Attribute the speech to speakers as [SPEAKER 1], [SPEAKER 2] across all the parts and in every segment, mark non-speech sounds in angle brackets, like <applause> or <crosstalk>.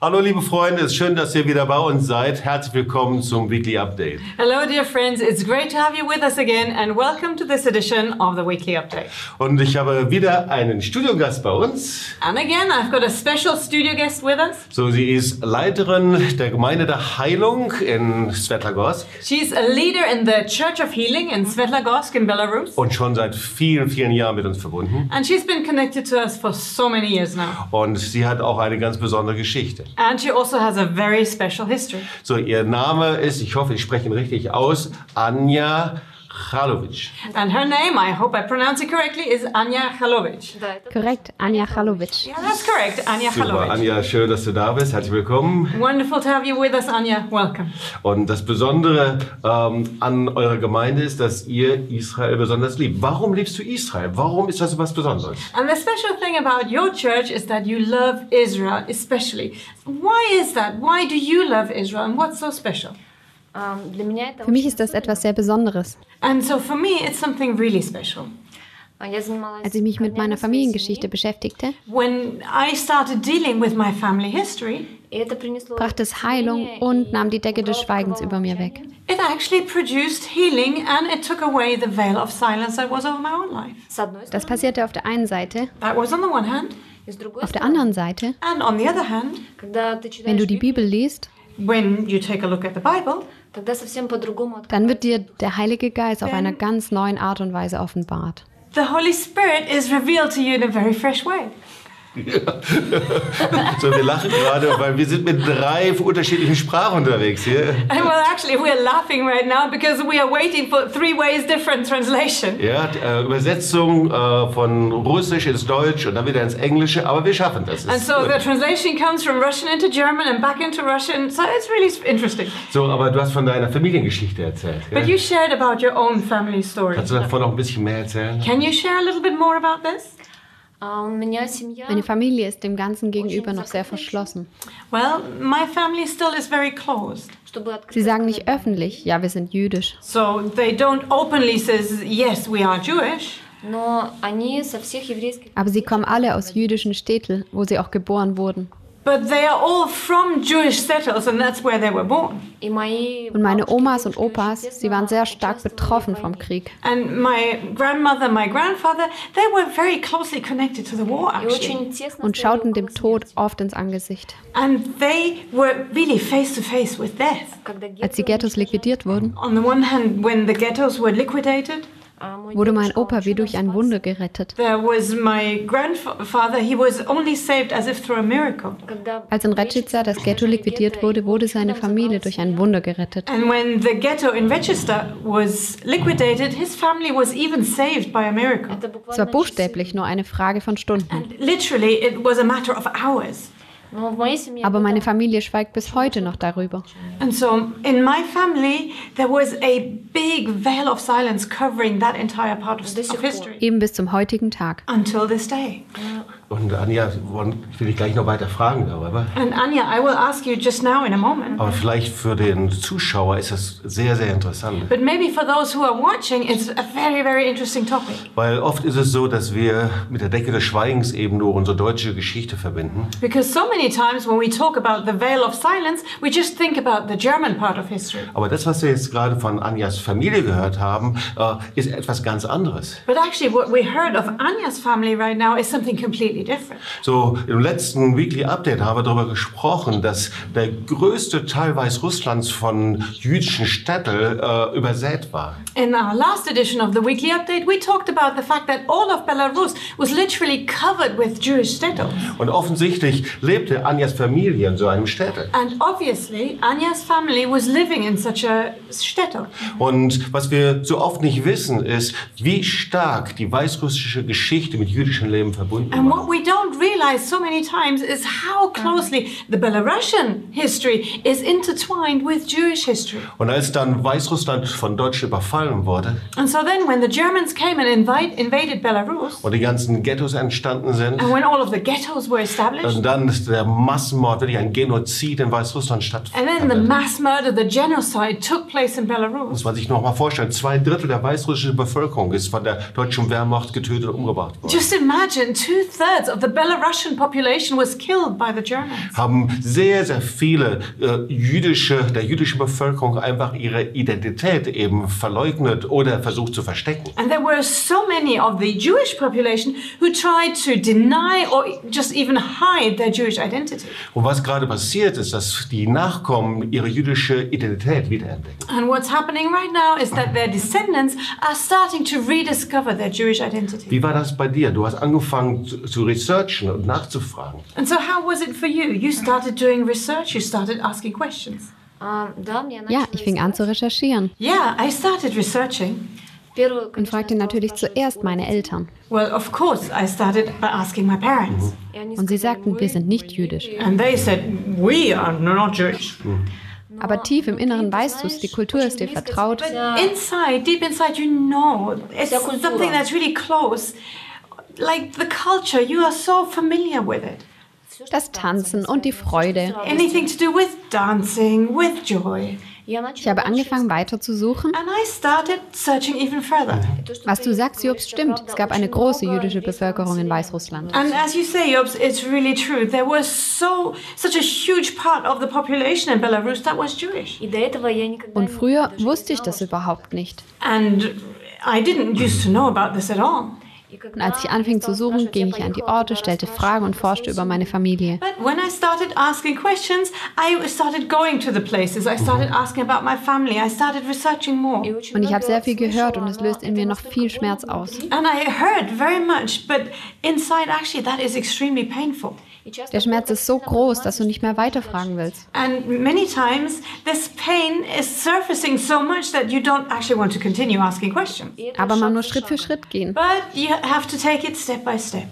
[SPEAKER 1] Hallo liebe Freunde, es ist schön, dass ihr wieder bei uns seid. Herzlich willkommen zum Weekly Update.
[SPEAKER 2] Hello, dear friends. It's great to have you with us again, and welcome to this edition of the Weekly Update.
[SPEAKER 1] Und ich habe wieder einen Studiogast bei uns.
[SPEAKER 2] And again, I've got a special studio guest with us.
[SPEAKER 1] So, sie ist Leiterin der Gemeinde der Heilung in Svetlagorsk
[SPEAKER 2] She's a leader in the Church of Healing in Svetlagorsk in Belarus,
[SPEAKER 1] und schon seit vielen, vielen Jahren mit uns verbunden.
[SPEAKER 2] and she's been connected to us for so many years now.
[SPEAKER 1] Und sie hat auch eine ganz besondere Geschichte.
[SPEAKER 2] And she also has a very special history.
[SPEAKER 1] So, ihr Name ist, ich hoffe, ich spreche ihn richtig aus, Anja Chalovic.
[SPEAKER 2] And her name, I hope I pronounce it correctly, is Anja Halovic.
[SPEAKER 3] Korrekt, Anja Chalovic.
[SPEAKER 2] Yeah, that's correct, Anja
[SPEAKER 1] Super,
[SPEAKER 2] Halovic.
[SPEAKER 1] Anja, schön, dass du da bist. Herzlich willkommen.
[SPEAKER 2] Wonderful to have you with us, Anja. Welcome.
[SPEAKER 1] Und das Besondere ähm, an eurer Gemeinde ist, dass ihr Israel besonders liebt. Warum liebst du Israel? Warum ist das was Besonderes?
[SPEAKER 2] And the special thing about your church is that you love Israel, especially. Why is that? Why do you love Israel, and what's so special?
[SPEAKER 4] Ähm, Для меня это
[SPEAKER 3] Für mich ist das etwas sehr Besonderes.
[SPEAKER 2] And so for me, it's something really special.
[SPEAKER 4] очень- Я занималась
[SPEAKER 3] Als ich mich mit meiner
[SPEAKER 4] корнями своей
[SPEAKER 3] Familiengeschichte
[SPEAKER 4] семьи,
[SPEAKER 3] beschäftigte,
[SPEAKER 2] When I started dealing with my family history,
[SPEAKER 4] и это принесло
[SPEAKER 3] brachte es Heilung
[SPEAKER 4] исцеление
[SPEAKER 3] und
[SPEAKER 4] и
[SPEAKER 3] nahm die Decke des
[SPEAKER 4] убрало
[SPEAKER 3] Schweigens über mir weg.
[SPEAKER 4] молчание,
[SPEAKER 2] it actually produced healing and it took away the veil of silence that was over my own life.
[SPEAKER 4] С одной
[SPEAKER 3] Das
[SPEAKER 4] стороны,
[SPEAKER 3] passierte auf der einen Seite.
[SPEAKER 2] That was on the one hand.
[SPEAKER 4] и с другой
[SPEAKER 3] Auf der
[SPEAKER 4] стороны,
[SPEAKER 3] anderen Seite,
[SPEAKER 2] And on the other hand,
[SPEAKER 4] когда ты читаешь
[SPEAKER 3] wenn du die Bibel
[SPEAKER 4] Библию,
[SPEAKER 3] liest,
[SPEAKER 2] when you take a look at the Bible,
[SPEAKER 4] тогда совсем по-другому
[SPEAKER 3] dann
[SPEAKER 4] открывается.
[SPEAKER 3] wird dir der Heilige Geist auf einer ganz neuen Art und Weise offenbart.
[SPEAKER 2] the Holy Spirit is revealed to you in a very fresh way.
[SPEAKER 1] So, Also, wir lachen gerade, weil wir sind mit drei unterschiedlichen Sprachen unterwegs hier.
[SPEAKER 2] <laughs> And well, actually, we're laughing right now because we are waiting for three ways different translation.
[SPEAKER 1] Ja, die, äh, Übersetzung äh, von Russisch ins Deutsch und dann wieder ins Englische, aber wir schaffen das. Es
[SPEAKER 2] And
[SPEAKER 1] ist
[SPEAKER 2] so
[SPEAKER 1] gut.
[SPEAKER 2] the translation comes from Russian into German and back into Russian. So it's really s- interesting.
[SPEAKER 1] so, aber du hast von deiner Familiengeschichte erzählt.
[SPEAKER 2] But
[SPEAKER 1] Ja?
[SPEAKER 2] you shared about your own family story.
[SPEAKER 1] Kannst du davon noch ein bisschen mehr erzählen?
[SPEAKER 2] Can you share a little bit more about this?
[SPEAKER 4] А у меня семья,
[SPEAKER 3] Meine Familie ist dem Ganzen gegenüber noch sehr verschlossen.
[SPEAKER 2] Well, my family still is very closed.
[SPEAKER 4] чтобы
[SPEAKER 3] Sie
[SPEAKER 4] открыть...
[SPEAKER 3] sagen nicht öffentlich, ja, wir sind jüdisch.
[SPEAKER 2] So they don't openly says, yes, we are Jewish.
[SPEAKER 4] Но они со всех еврейских...
[SPEAKER 3] Aber sie kommen alle aus jüdischen Städten, wo sie auch geboren wurden.
[SPEAKER 2] But they are all from Jewish settles and that's where they were born.
[SPEAKER 4] И мои...
[SPEAKER 3] Und meine
[SPEAKER 4] бабушки,
[SPEAKER 3] Omas und
[SPEAKER 4] дедушки
[SPEAKER 3] Opas,
[SPEAKER 4] очень
[SPEAKER 3] sie waren sehr
[SPEAKER 4] тесно
[SPEAKER 3] stark
[SPEAKER 4] участвовали
[SPEAKER 3] betroffen
[SPEAKER 4] в
[SPEAKER 3] vom
[SPEAKER 4] войне.
[SPEAKER 3] Krieg.
[SPEAKER 2] And my grandmother, my grandfather, they were very closely connected to the war
[SPEAKER 4] И
[SPEAKER 2] actually.
[SPEAKER 4] очень тесно
[SPEAKER 3] und
[SPEAKER 4] стояли
[SPEAKER 3] schauten dem
[SPEAKER 4] около
[SPEAKER 3] Tod
[SPEAKER 4] смерти.
[SPEAKER 3] oft ins Angesicht.
[SPEAKER 2] And they were really face to face with death.
[SPEAKER 4] Когда
[SPEAKER 3] Als die
[SPEAKER 4] гетто
[SPEAKER 3] Ghettos liquidiert wurden,
[SPEAKER 2] On the one hand, when the ghettos were liquidated,
[SPEAKER 4] А мой
[SPEAKER 3] wurde mein
[SPEAKER 4] дедушка, он
[SPEAKER 3] Opa wie
[SPEAKER 4] чудом
[SPEAKER 3] durch ein
[SPEAKER 4] спасся.
[SPEAKER 3] Wunder gerettet.
[SPEAKER 2] there was my grandfather, he was only saved as if through a miracle.
[SPEAKER 4] Когда
[SPEAKER 3] Als in Rechica das Ghetto liquidiert wurde, wurde seine Familie durch ein Wunder gerettet.
[SPEAKER 2] And when the ghetto in Register was liquidated, his family was even saved by a miracle.
[SPEAKER 4] Это
[SPEAKER 3] Es
[SPEAKER 4] буквально
[SPEAKER 3] war buchstäblich nur eine Frage von Stunden.
[SPEAKER 2] And literally, it was a matter of hours.
[SPEAKER 4] часы. Но в моей семье
[SPEAKER 3] Aber meine
[SPEAKER 4] было
[SPEAKER 3] Familie schweigt bis heute noch darüber.
[SPEAKER 2] And so, in my family, there was a big veil of silence covering that entire part of,
[SPEAKER 4] This
[SPEAKER 2] of
[SPEAKER 4] is
[SPEAKER 2] history
[SPEAKER 3] Eben bis zum heutigen Tag.
[SPEAKER 2] until this day.
[SPEAKER 1] Und äh, Anja, wollen- ich will dich gleich noch weiter fragen darüber.
[SPEAKER 2] And Anya, I will ask you just now in a moment.
[SPEAKER 1] Aber vielleicht für den Zuschauer ist das sehr, sehr interessant.
[SPEAKER 2] But maybe for those who are watching, it's a very, very interesting topic.
[SPEAKER 1] Weil oft ist es so, dass wir mit der Decke des Schweigens eben nur unsere deutsche Geschichte verbinden.
[SPEAKER 2] Because so many times when we talk about the veil of silence, we just think about the German part of history.
[SPEAKER 1] Aber das, was wir jetzt gerade von Anjas Familie gehört haben, äh, ist etwas ganz anderes.
[SPEAKER 2] But actually, what we heard of Anya's family right now is something completely different.
[SPEAKER 1] So, im letzten Weekly Update haben wir darüber gesprochen, dass der größte Teil Weißrusslands von jüdischen Städten äh, übersät war.
[SPEAKER 2] In our last edition of the weekly update, we talked about the fact that all of Belarus was literally covered with Jewish shtetls.
[SPEAKER 1] Und offensichtlich lebte Anjas Familie in so einem Städte.
[SPEAKER 2] And obviously, Anya's family was living in such a shtetl.
[SPEAKER 1] Und was wir so oft nicht wissen, ist, wie stark die weißrussische Geschichte mit jüdischem Leben verbunden war.
[SPEAKER 2] And what we don't realize so many times is how closely the Belarusian history is intertwined with Jewish history.
[SPEAKER 1] Und als dann Weißrussland von Deutschen überfallen wurde
[SPEAKER 2] And so then, when the Germans came and invite, invaded Belarus,
[SPEAKER 1] und die ganzen Ghettos entstanden sind
[SPEAKER 2] and when all of the ghettos were established,
[SPEAKER 1] und dann der Massenmord, wirklich ein Genozid in Weißrussland
[SPEAKER 2] and then the
[SPEAKER 1] stattfand,
[SPEAKER 2] mass murder, the genocide took place in
[SPEAKER 1] muss
[SPEAKER 2] Belarus.
[SPEAKER 1] man sich noch mal vorstellen, zwei Drittel der weißrussischen Bevölkerung ist von der deutschen Wehrmacht getötet und umgebracht worden.
[SPEAKER 2] Just imagine two thirds thirds of the Belarusian population was killed by the Germans.
[SPEAKER 1] haben sehr, sehr viele äh, jüdische, der jüdischen Bevölkerung einfach ihre Identität eben verleugnet oder versucht zu verstecken.
[SPEAKER 2] And there were so many of the Jewish population who tried to deny or just even hide their Jewish identity.
[SPEAKER 1] Und was gerade passiert ist, dass die Nachkommen ihre jüdische Identität wiederentdecken.
[SPEAKER 2] And what's happening right now is that their descendants are starting to rediscover their Jewish identity.
[SPEAKER 1] Wie war das bei dir? Du hast angefangen zu, zu researchen und nachzufragen.
[SPEAKER 2] And so, how was it for you? You started doing research, you started asking questions.
[SPEAKER 4] А, да, мне
[SPEAKER 3] Ja,
[SPEAKER 4] начало
[SPEAKER 3] ich fing an zu
[SPEAKER 4] искать.
[SPEAKER 3] recherchieren
[SPEAKER 2] Yeah, I started researching.
[SPEAKER 4] Первую,
[SPEAKER 3] und
[SPEAKER 4] конечно,
[SPEAKER 3] fragte
[SPEAKER 4] я
[SPEAKER 3] natürlich
[SPEAKER 4] стала
[SPEAKER 3] zuerst meine Eltern.
[SPEAKER 2] Well, of course, I started by asking my parents.
[SPEAKER 4] И они
[SPEAKER 3] Und sie
[SPEAKER 4] сказали,
[SPEAKER 3] sagten,
[SPEAKER 4] «Мы
[SPEAKER 3] wir sind nicht
[SPEAKER 4] были
[SPEAKER 3] jüdisch.
[SPEAKER 4] евреи».
[SPEAKER 2] And they said, We are not Jewish.
[SPEAKER 4] Но
[SPEAKER 3] Aber tief im
[SPEAKER 4] внутри,
[SPEAKER 3] Inneren
[SPEAKER 4] ты
[SPEAKER 3] weißt du's,
[SPEAKER 4] знаешь,
[SPEAKER 3] die Kultur
[SPEAKER 4] очень
[SPEAKER 3] ist dir
[SPEAKER 4] близко zu
[SPEAKER 3] vertraut.
[SPEAKER 4] вся-
[SPEAKER 2] Inside, deep inside, you know it's
[SPEAKER 4] Вся культура.
[SPEAKER 2] something that's really close. Like the culture, you are so familiar with it.
[SPEAKER 4] всё, что
[SPEAKER 3] Das
[SPEAKER 4] с
[SPEAKER 3] Tanzen und die
[SPEAKER 4] связано, всё, что
[SPEAKER 3] Freude.
[SPEAKER 4] с радостью.
[SPEAKER 2] Anything to do with dancing, with joy.
[SPEAKER 4] Я
[SPEAKER 3] Ich
[SPEAKER 4] начала
[SPEAKER 3] habe
[SPEAKER 4] больше
[SPEAKER 3] angefangen weiter zu suchen.
[SPEAKER 2] And I started searching even further.
[SPEAKER 4] То, что
[SPEAKER 3] Was
[SPEAKER 4] ты
[SPEAKER 3] du sagst,
[SPEAKER 4] говоришь,
[SPEAKER 3] Jobs,
[SPEAKER 4] это
[SPEAKER 3] stimmt.
[SPEAKER 4] правда.
[SPEAKER 3] Es gab eine
[SPEAKER 4] Очень
[SPEAKER 3] große
[SPEAKER 4] много
[SPEAKER 3] jüdische
[SPEAKER 4] еврейского
[SPEAKER 3] Bevölkerung in
[SPEAKER 4] населения.
[SPEAKER 3] Weißrussland.
[SPEAKER 2] And as you say, Jobs, it's really true. There was so such a huge part of the population in Belarus that was Jewish.
[SPEAKER 4] И до этого я никогда
[SPEAKER 3] Und
[SPEAKER 4] не-
[SPEAKER 3] früher
[SPEAKER 4] даже не
[SPEAKER 3] wusste ich
[SPEAKER 4] знала,
[SPEAKER 3] das
[SPEAKER 4] что-
[SPEAKER 3] überhaupt nicht.
[SPEAKER 2] And I didn't used to know about this at all.
[SPEAKER 4] И
[SPEAKER 3] Und
[SPEAKER 4] когда
[SPEAKER 3] als ich
[SPEAKER 4] я
[SPEAKER 3] anfing zu
[SPEAKER 4] стала
[SPEAKER 3] suchen,
[SPEAKER 4] спрашивать, я
[SPEAKER 3] ging ich an die
[SPEAKER 4] поехала
[SPEAKER 3] Orte,
[SPEAKER 4] туда,
[SPEAKER 3] stellte
[SPEAKER 4] расспрашивала
[SPEAKER 3] Fragen und
[SPEAKER 4] про
[SPEAKER 3] forschte
[SPEAKER 4] свою
[SPEAKER 3] über meine
[SPEAKER 4] семью.
[SPEAKER 3] Familie.
[SPEAKER 2] But when I started asking questions, I started going to the places. I started asking about my family. I started researching more.
[SPEAKER 4] И очень
[SPEAKER 3] Und ich habe
[SPEAKER 4] много
[SPEAKER 3] sehr viel gehört
[SPEAKER 4] слышала,
[SPEAKER 3] und es
[SPEAKER 4] но
[SPEAKER 3] löst in
[SPEAKER 4] это
[SPEAKER 3] mir noch
[SPEAKER 4] настолько
[SPEAKER 3] viel
[SPEAKER 4] больно
[SPEAKER 3] Schmerz
[SPEAKER 4] внутри.
[SPEAKER 3] aus.
[SPEAKER 2] And I heard very much, but inside, actually, that is extremely painful.
[SPEAKER 4] И часто
[SPEAKER 3] Der Schmerz
[SPEAKER 4] кто-то
[SPEAKER 3] ist so
[SPEAKER 4] сильно
[SPEAKER 3] groß, dass du
[SPEAKER 4] поднимается,
[SPEAKER 3] nicht mehr
[SPEAKER 4] что ты
[SPEAKER 3] weiterfragen
[SPEAKER 4] плачешь.
[SPEAKER 3] willst.
[SPEAKER 2] And many times, this pain is surfacing so much that you don't actually want to continue asking questions.
[SPEAKER 4] И это
[SPEAKER 3] Aber man
[SPEAKER 4] шаг
[SPEAKER 3] muss
[SPEAKER 4] за
[SPEAKER 3] Schritt für
[SPEAKER 4] шагом.
[SPEAKER 3] Schritt gehen.
[SPEAKER 2] But you have to take it step by step.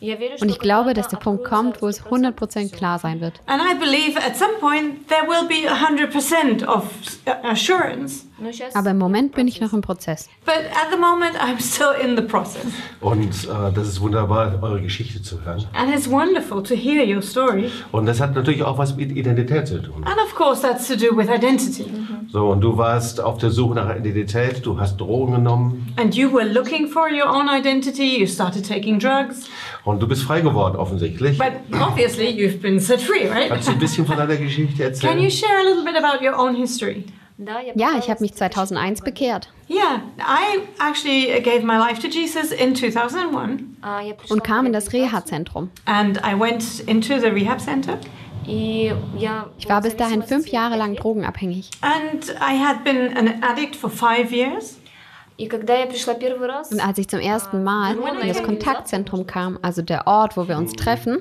[SPEAKER 4] Я верю,
[SPEAKER 3] Und
[SPEAKER 4] что
[SPEAKER 3] ich glaube,
[SPEAKER 4] когда
[SPEAKER 3] dass der Punkt
[SPEAKER 4] откроется
[SPEAKER 3] kommt, wo es 100%
[SPEAKER 4] 100%
[SPEAKER 3] klar sein wird.
[SPEAKER 2] And I believe at some point there will be 100% of uh, assurance.
[SPEAKER 4] Но сейчас
[SPEAKER 3] Aber im Moment bin ich noch im Prozess.
[SPEAKER 2] But at the moment, I'm still in the process.
[SPEAKER 1] Und äh, das ist wunderbar, eure Geschichte zu hören.
[SPEAKER 2] And it's wonderful to hear your story.
[SPEAKER 1] Und das hat natürlich auch was mit Identität zu tun.
[SPEAKER 2] And of course, that's to do with identity.
[SPEAKER 1] So, und du warst auf der Suche nach Identität, du hast Drogen genommen
[SPEAKER 2] And you were looking for your own identity, you started taking drugs.
[SPEAKER 1] und du bist frei geworden offensichtlich.
[SPEAKER 2] But obviously, you've been set free, right?
[SPEAKER 1] Kannst du ein bisschen von deiner Geschichte
[SPEAKER 2] Can you
[SPEAKER 1] erzählen?
[SPEAKER 2] share a little bit about your own history?
[SPEAKER 4] Да, я
[SPEAKER 3] Ja,
[SPEAKER 4] попала
[SPEAKER 3] ich habe mich
[SPEAKER 4] в святилище
[SPEAKER 3] 2001
[SPEAKER 4] Богомольца.
[SPEAKER 3] bekehrt
[SPEAKER 2] Yeah, I actually gave my life to Jesus in 2001.
[SPEAKER 4] А, я пришла
[SPEAKER 3] und kam in
[SPEAKER 4] на
[SPEAKER 3] das
[SPEAKER 4] реабилитацию,
[SPEAKER 3] Reha-Zentrum.
[SPEAKER 2] And I went into the rehab center.
[SPEAKER 4] И я
[SPEAKER 3] Ich war bis dahin fünf Jahre lang drogenabhängig.
[SPEAKER 2] And I had been an addict for five years. <laughs>
[SPEAKER 4] И когда я пришла первый раз,
[SPEAKER 3] Und als ich zum ersten Mal in das Kontaktzentrum kam, also der Ort, wo wir uns treffen,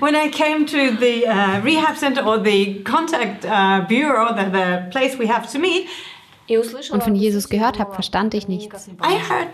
[SPEAKER 2] When I came to the uh, rehab center or the contact uh, bureau, the, the place we have to meet,
[SPEAKER 4] и услышала
[SPEAKER 3] und von
[SPEAKER 4] об
[SPEAKER 3] Jesus
[SPEAKER 4] Иисусе,
[SPEAKER 3] gehört habe,
[SPEAKER 4] думала,
[SPEAKER 3] verstand ich
[SPEAKER 4] «Мне
[SPEAKER 3] nichts.
[SPEAKER 4] никак не
[SPEAKER 2] I
[SPEAKER 4] поможет».
[SPEAKER 2] heard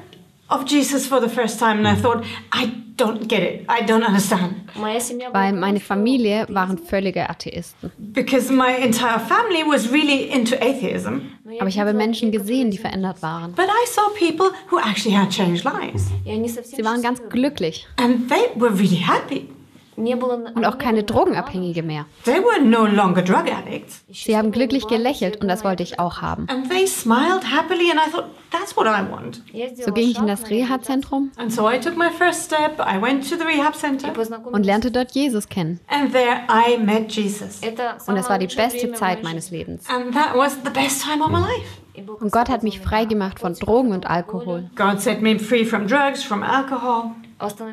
[SPEAKER 2] of Jesus for the first time and I thought, I don't get it. I don't understand.
[SPEAKER 4] Моя семья была
[SPEAKER 3] weil meine
[SPEAKER 4] полностью
[SPEAKER 3] Familie
[SPEAKER 4] атеистом,
[SPEAKER 3] waren völlige Atheisten.
[SPEAKER 2] Because my entire family was really into atheism.
[SPEAKER 4] но я
[SPEAKER 3] Aber ich habe
[SPEAKER 4] видела
[SPEAKER 3] Menschen
[SPEAKER 4] людей,
[SPEAKER 3] gesehen,
[SPEAKER 4] которые
[SPEAKER 3] die
[SPEAKER 4] изменились.
[SPEAKER 3] verändert waren.
[SPEAKER 2] But I saw people who actually had changed lives.
[SPEAKER 4] И они совсем
[SPEAKER 3] Sie waren ganz
[SPEAKER 4] счастливы.
[SPEAKER 3] glücklich
[SPEAKER 2] And they were really happy.
[SPEAKER 4] Не было,
[SPEAKER 3] und auch keine Drogenabhängige mehr.
[SPEAKER 2] They were no longer drug addicts.
[SPEAKER 3] Sie haben glücklich gelächelt und das wollte ich auch haben.
[SPEAKER 2] And they smiled happily, and I thought, that's what I want.
[SPEAKER 3] So ging ich in das Reha-Zentrum
[SPEAKER 2] And so I took my first step. I went to the rehab center,
[SPEAKER 3] und lernte dort Jesus kennen.
[SPEAKER 2] and there I met Jesus.
[SPEAKER 3] Und das war die beste Zeit meines Lebens.
[SPEAKER 2] And that was the best time of my life.
[SPEAKER 4] Lebens.
[SPEAKER 3] Und Gott hat mich frei gemacht von Drogen und Alkohol.
[SPEAKER 2] God set me free from drugs, from alcohol,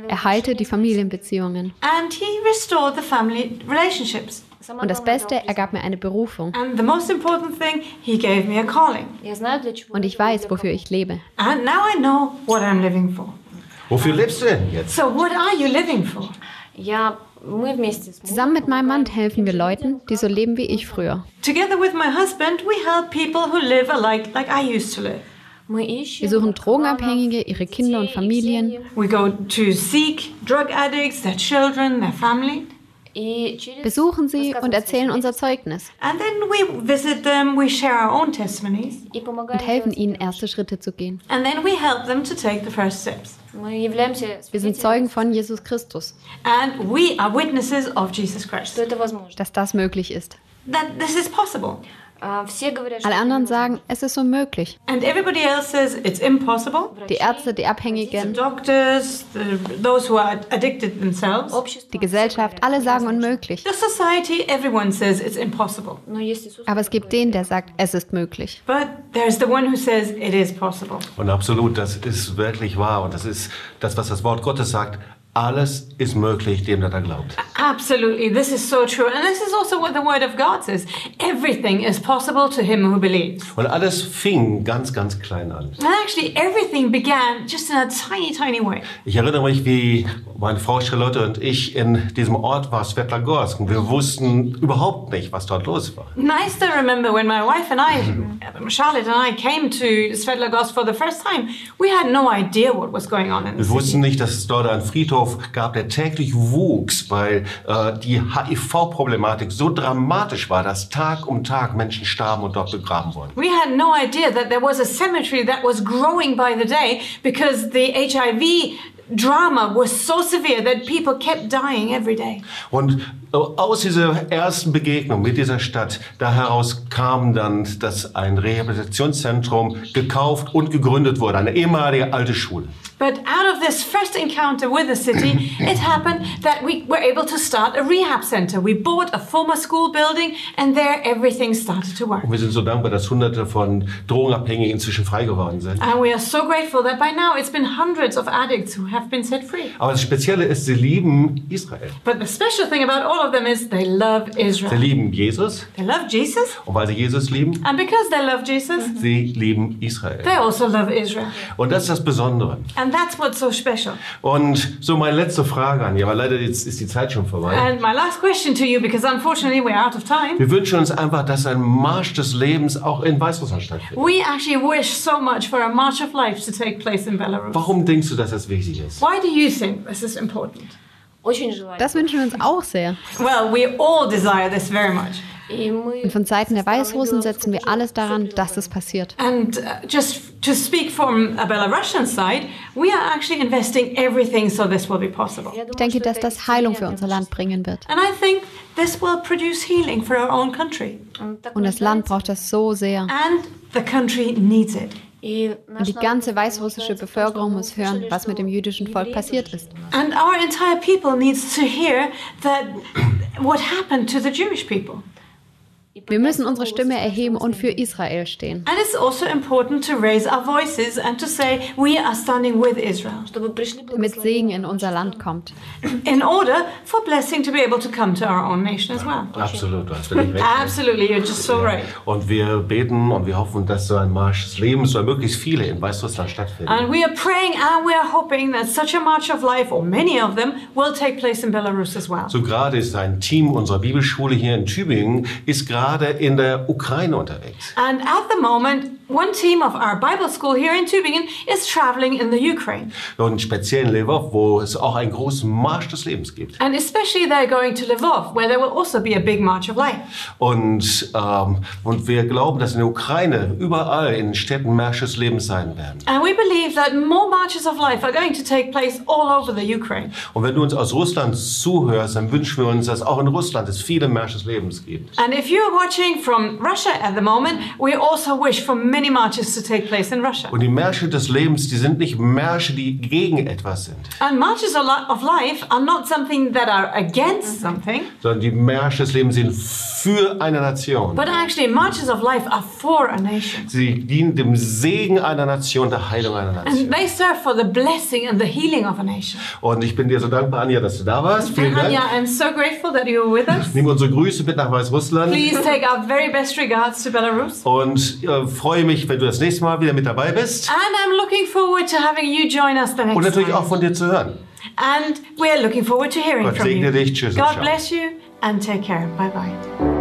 [SPEAKER 3] Er heilte die Familienbeziehungen.
[SPEAKER 2] and He restored the family relationships.
[SPEAKER 3] Und das Beste, er gab mir eine Berufung.
[SPEAKER 2] And the most important thing, He gave me a calling.
[SPEAKER 4] Я знаю, для чего
[SPEAKER 3] Und ich
[SPEAKER 4] я живу,
[SPEAKER 3] weiß,
[SPEAKER 4] для
[SPEAKER 3] wofür
[SPEAKER 4] кого.
[SPEAKER 3] ich lebe.
[SPEAKER 2] And now I know what I'm living for.
[SPEAKER 1] Wofür lebst du denn jetzt?
[SPEAKER 2] So, what are you living for?
[SPEAKER 4] Я, мы вместе с мужем
[SPEAKER 3] Zusammen mit meinem Mann
[SPEAKER 4] помогаем
[SPEAKER 3] helfen wir
[SPEAKER 4] таким
[SPEAKER 3] Leuten, die so
[SPEAKER 4] людям,
[SPEAKER 3] leben wie ich früher.
[SPEAKER 2] Together with my husband, we help people who live alike like I used to live.
[SPEAKER 4] как Мы ищем
[SPEAKER 3] Wir suchen
[SPEAKER 4] наркоманов,
[SPEAKER 3] Drogenabhängige, ihre
[SPEAKER 4] детей,
[SPEAKER 3] Kinder und
[SPEAKER 4] их
[SPEAKER 3] Familien.
[SPEAKER 4] семьи.
[SPEAKER 2] We go to seek drug addicts, their children, their family,
[SPEAKER 3] E
[SPEAKER 4] И через
[SPEAKER 3] Besuchen sie und
[SPEAKER 4] высказывание
[SPEAKER 3] erzählen unser Zeugnis
[SPEAKER 2] and then we visit them, we share our own testimonies,
[SPEAKER 4] и помогаем
[SPEAKER 3] und helfen
[SPEAKER 4] делать
[SPEAKER 3] ihnen,
[SPEAKER 4] первые
[SPEAKER 3] erste Schritte zu gehen.
[SPEAKER 2] and then we help them to take the first steps.
[SPEAKER 4] шаги. Мы являемся
[SPEAKER 3] Wir sind Zeugen
[SPEAKER 4] свидетелями,
[SPEAKER 3] von Jesus Christus,
[SPEAKER 2] And we are witnesses of Jesus Christ.
[SPEAKER 4] что это возможно.
[SPEAKER 3] dass das möglich ist.
[SPEAKER 2] That this is possible.
[SPEAKER 4] А, Все говорят, что
[SPEAKER 3] Alle
[SPEAKER 4] это
[SPEAKER 3] anderen
[SPEAKER 4] невозможно.
[SPEAKER 3] sagen, es ist unmöglich.
[SPEAKER 2] And everybody else says it's impossible.
[SPEAKER 3] Die Ärzte, die
[SPEAKER 2] The
[SPEAKER 3] Abhängigen,
[SPEAKER 2] doctors, the, those who are addicted themselves,
[SPEAKER 4] Общество,
[SPEAKER 3] die
[SPEAKER 4] все
[SPEAKER 3] Gesellschaft,
[SPEAKER 4] говорят,
[SPEAKER 3] alle sagen
[SPEAKER 4] невозможно.
[SPEAKER 3] unmöglich.
[SPEAKER 2] the society, everyone says it's impossible.
[SPEAKER 4] Но есть Иисус,
[SPEAKER 3] Aber es gibt den, der sagt, es ist möglich.
[SPEAKER 2] But there's the one who says it is possible.
[SPEAKER 1] Und absolut, das ist wirklich wahr. Und das ist das, was das Wort Gottes sagt. Alles ist möglich, dem der da glaubt.
[SPEAKER 2] Absolutely, this is so true. And this is also what the Word of God says everything is possible to him who believes.
[SPEAKER 1] Und alles fing ganz, ganz klein an.
[SPEAKER 2] And actually, everything began just in a tiny, tiny way.
[SPEAKER 1] Ich erinnere mich, wie meine Frau Charlotte und ich in diesem Ort war, Svetlagorsk. Und wir wussten überhaupt nicht, was dort los war.
[SPEAKER 2] And I still remember when my wife and I, Charlotte and I, came to Svetlogorsk for the first time. We had no idea what was going on in the
[SPEAKER 1] Wir
[SPEAKER 2] city.
[SPEAKER 1] wussten nicht, dass es dort einen Friedhof gab, der täglich wuchs, weil äh, die HIV-Problematik so dramatisch war, dass Tag um Tag Menschen starben und dort begraben wurden.
[SPEAKER 2] We had no idea that there was a cemetery that was growing by the day because the HIV drama was so severe that people kept dying every day.
[SPEAKER 1] Und äh, aus dieser ersten Begegnung mit dieser Stadt, da heraus kam dann, dass ein Rehabilitationszentrum gekauft und gegründet wurde, eine ehemalige alte Schule.
[SPEAKER 2] But out of this first encounter with the city, it happened that we were able to start a rehab center. We bought a former school building, and there everything started to work.
[SPEAKER 1] Und wir sind so dankbar, dass Hunderte von Drogenabhängigen inzwischen frei geworden sind.
[SPEAKER 2] And we are so grateful that by now it's been hundreds of addicts who have been set free.
[SPEAKER 1] Aber das Spezielle ist, sie lieben Israel.
[SPEAKER 2] But the special thing about all of them is they love
[SPEAKER 1] Sie
[SPEAKER 2] Israel.
[SPEAKER 1] lieben Jesus.
[SPEAKER 2] They love Jesus,
[SPEAKER 1] Und weil sie Jesus lieben,
[SPEAKER 2] and because they love Jesus,
[SPEAKER 1] sie lieben Israel.
[SPEAKER 2] they also love Israel.
[SPEAKER 1] Und das ist das Besondere.
[SPEAKER 2] And that's what's so special.
[SPEAKER 1] Und so meine letzte Frage an ihr, weil leider jetzt ist die Zeit schon vorbei.
[SPEAKER 2] And my last question to you, because unfortunately we're out of time.
[SPEAKER 1] Wir wünschen uns einfach, dass ein Marsch des Lebens auch in Weißrussland stattfindet.
[SPEAKER 2] We actually wish so much for a March of Life to take place in Belarus.
[SPEAKER 1] Warum denkst du, dass das wichtig ist?
[SPEAKER 2] Why do you think this is important?
[SPEAKER 4] Очень желаю.
[SPEAKER 3] Das wünschen wir uns auch sehr.
[SPEAKER 2] Well, we all desire this very much.
[SPEAKER 4] И мы
[SPEAKER 3] Und von Seiten der
[SPEAKER 4] со стороны
[SPEAKER 3] Weißrussen
[SPEAKER 4] белорусской
[SPEAKER 3] setzen wir
[SPEAKER 4] молодежи
[SPEAKER 3] alles daran,
[SPEAKER 4] всё
[SPEAKER 3] dass
[SPEAKER 4] предлагаем.
[SPEAKER 3] es passiert.
[SPEAKER 2] And uh, just to speak from a Belarusian side, we are actually investing everything so this will be possible.
[SPEAKER 4] Я думаю,
[SPEAKER 3] Ich denke,
[SPEAKER 4] что
[SPEAKER 3] dass
[SPEAKER 4] это
[SPEAKER 3] das Heilung für
[SPEAKER 4] исцеление
[SPEAKER 3] unser
[SPEAKER 4] нашего
[SPEAKER 3] Land bringen wird.
[SPEAKER 2] And I think this will produce healing for our own country.
[SPEAKER 4] Он так
[SPEAKER 3] Und das Land
[SPEAKER 4] нуждается.
[SPEAKER 3] braucht das so sehr.
[SPEAKER 2] And the country needs it.
[SPEAKER 4] И наш
[SPEAKER 3] Und die
[SPEAKER 4] народ
[SPEAKER 3] ganze
[SPEAKER 4] нуждается
[SPEAKER 3] weißrussische
[SPEAKER 4] в том, что
[SPEAKER 3] Bevölkerung
[SPEAKER 4] мы
[SPEAKER 3] muss hören,
[SPEAKER 4] услышали,
[SPEAKER 3] was
[SPEAKER 4] что
[SPEAKER 3] mit dem jüdischen Volk
[SPEAKER 4] евреи
[SPEAKER 3] passiert
[SPEAKER 4] тоже
[SPEAKER 3] ist.
[SPEAKER 4] ждут.
[SPEAKER 2] And our entire people needs to hear that what happened to the Jewish people.
[SPEAKER 4] И
[SPEAKER 3] Wir müssen
[SPEAKER 4] поднять
[SPEAKER 3] unsere
[SPEAKER 4] голос
[SPEAKER 3] Stimme
[SPEAKER 4] и
[SPEAKER 3] erheben und für
[SPEAKER 4] sagen,
[SPEAKER 3] Israel stehen.
[SPEAKER 2] And it's also important to raise our voices and to say we are standing with Israel
[SPEAKER 4] чтобы пришли
[SPEAKER 3] Damit Segen in unser Land kommt.
[SPEAKER 2] in order for blessing to be able to come to our own nation as well.
[SPEAKER 1] Absolut, du hast völlig recht.
[SPEAKER 2] Absolutely, you're just so right.
[SPEAKER 1] Und wir beten und wir hoffen, dass so ein Marsch des Lebens oder möglichst viele in Weißrussland stattfinden.
[SPEAKER 2] And we are praying and we are hoping that such a march of life, or many of them, will take place in Belarus as well.
[SPEAKER 1] So gerade ist ein Team unserer Bibelschule hier in Tübingen, ist gerade in der Ukraine unterwegs.
[SPEAKER 2] And at the moment, one team of our Bible school here in Tübingen is traveling in the Ukraine.
[SPEAKER 1] Und speziell in Lviv, wo es auch einen großen Marsch des Lebens gibt.
[SPEAKER 2] And especially they're going to Lvov, where there will also be a big march of life.
[SPEAKER 1] Und, ähm, und wir glauben, dass in der Ukraine überall in den Städten Märsche des Lebens sein werden.
[SPEAKER 2] And we believe that more marches of life are going to take place all over the Ukraine.
[SPEAKER 1] Und wenn du uns aus Russland zuhörst, dann wünschen wir uns, dass auch in Russland es viele Märsche des Lebens gibt.
[SPEAKER 2] And if you're watching from Russia at the moment, we also wish for many marches to take place in Russia.
[SPEAKER 1] Und die Märsche des Lebens, die sind nicht Märsche, die gegen etwas sind,
[SPEAKER 2] And marches of li- of life are not something that are against something,
[SPEAKER 1] sondern die Märsche des Lebens sind für eine Nation.
[SPEAKER 2] but actually marches of life are for a nation.
[SPEAKER 1] Sie dienen dem Segen einer Nation, der Heilung einer
[SPEAKER 2] And
[SPEAKER 1] Nation.
[SPEAKER 2] they serve for the blessing and the healing of a nation.
[SPEAKER 1] Und ich bin dir so dankbar, Anja, dass du da warst. Vielen
[SPEAKER 2] And Anya,
[SPEAKER 1] Dank.
[SPEAKER 2] I'm so grateful that you were
[SPEAKER 1] <laughs>
[SPEAKER 2] with us.
[SPEAKER 1] Nimm unsere Grüße mit nach Weißrussland.
[SPEAKER 2] Please take our very best regards to Belarus.
[SPEAKER 1] Und äh, freue mich, wenn du das nächste Mal wieder mit dabei bist.
[SPEAKER 2] And I'm looking forward to having you join us the
[SPEAKER 1] Und
[SPEAKER 2] next
[SPEAKER 1] natürlich auch
[SPEAKER 2] time.
[SPEAKER 1] von dir zu hören.
[SPEAKER 2] And we're looking forward to hearing
[SPEAKER 1] Gott
[SPEAKER 2] from
[SPEAKER 1] segne
[SPEAKER 2] you.
[SPEAKER 1] dich. Tschüss und
[SPEAKER 2] God
[SPEAKER 1] ciao.
[SPEAKER 2] bless you and take care. Bye bye.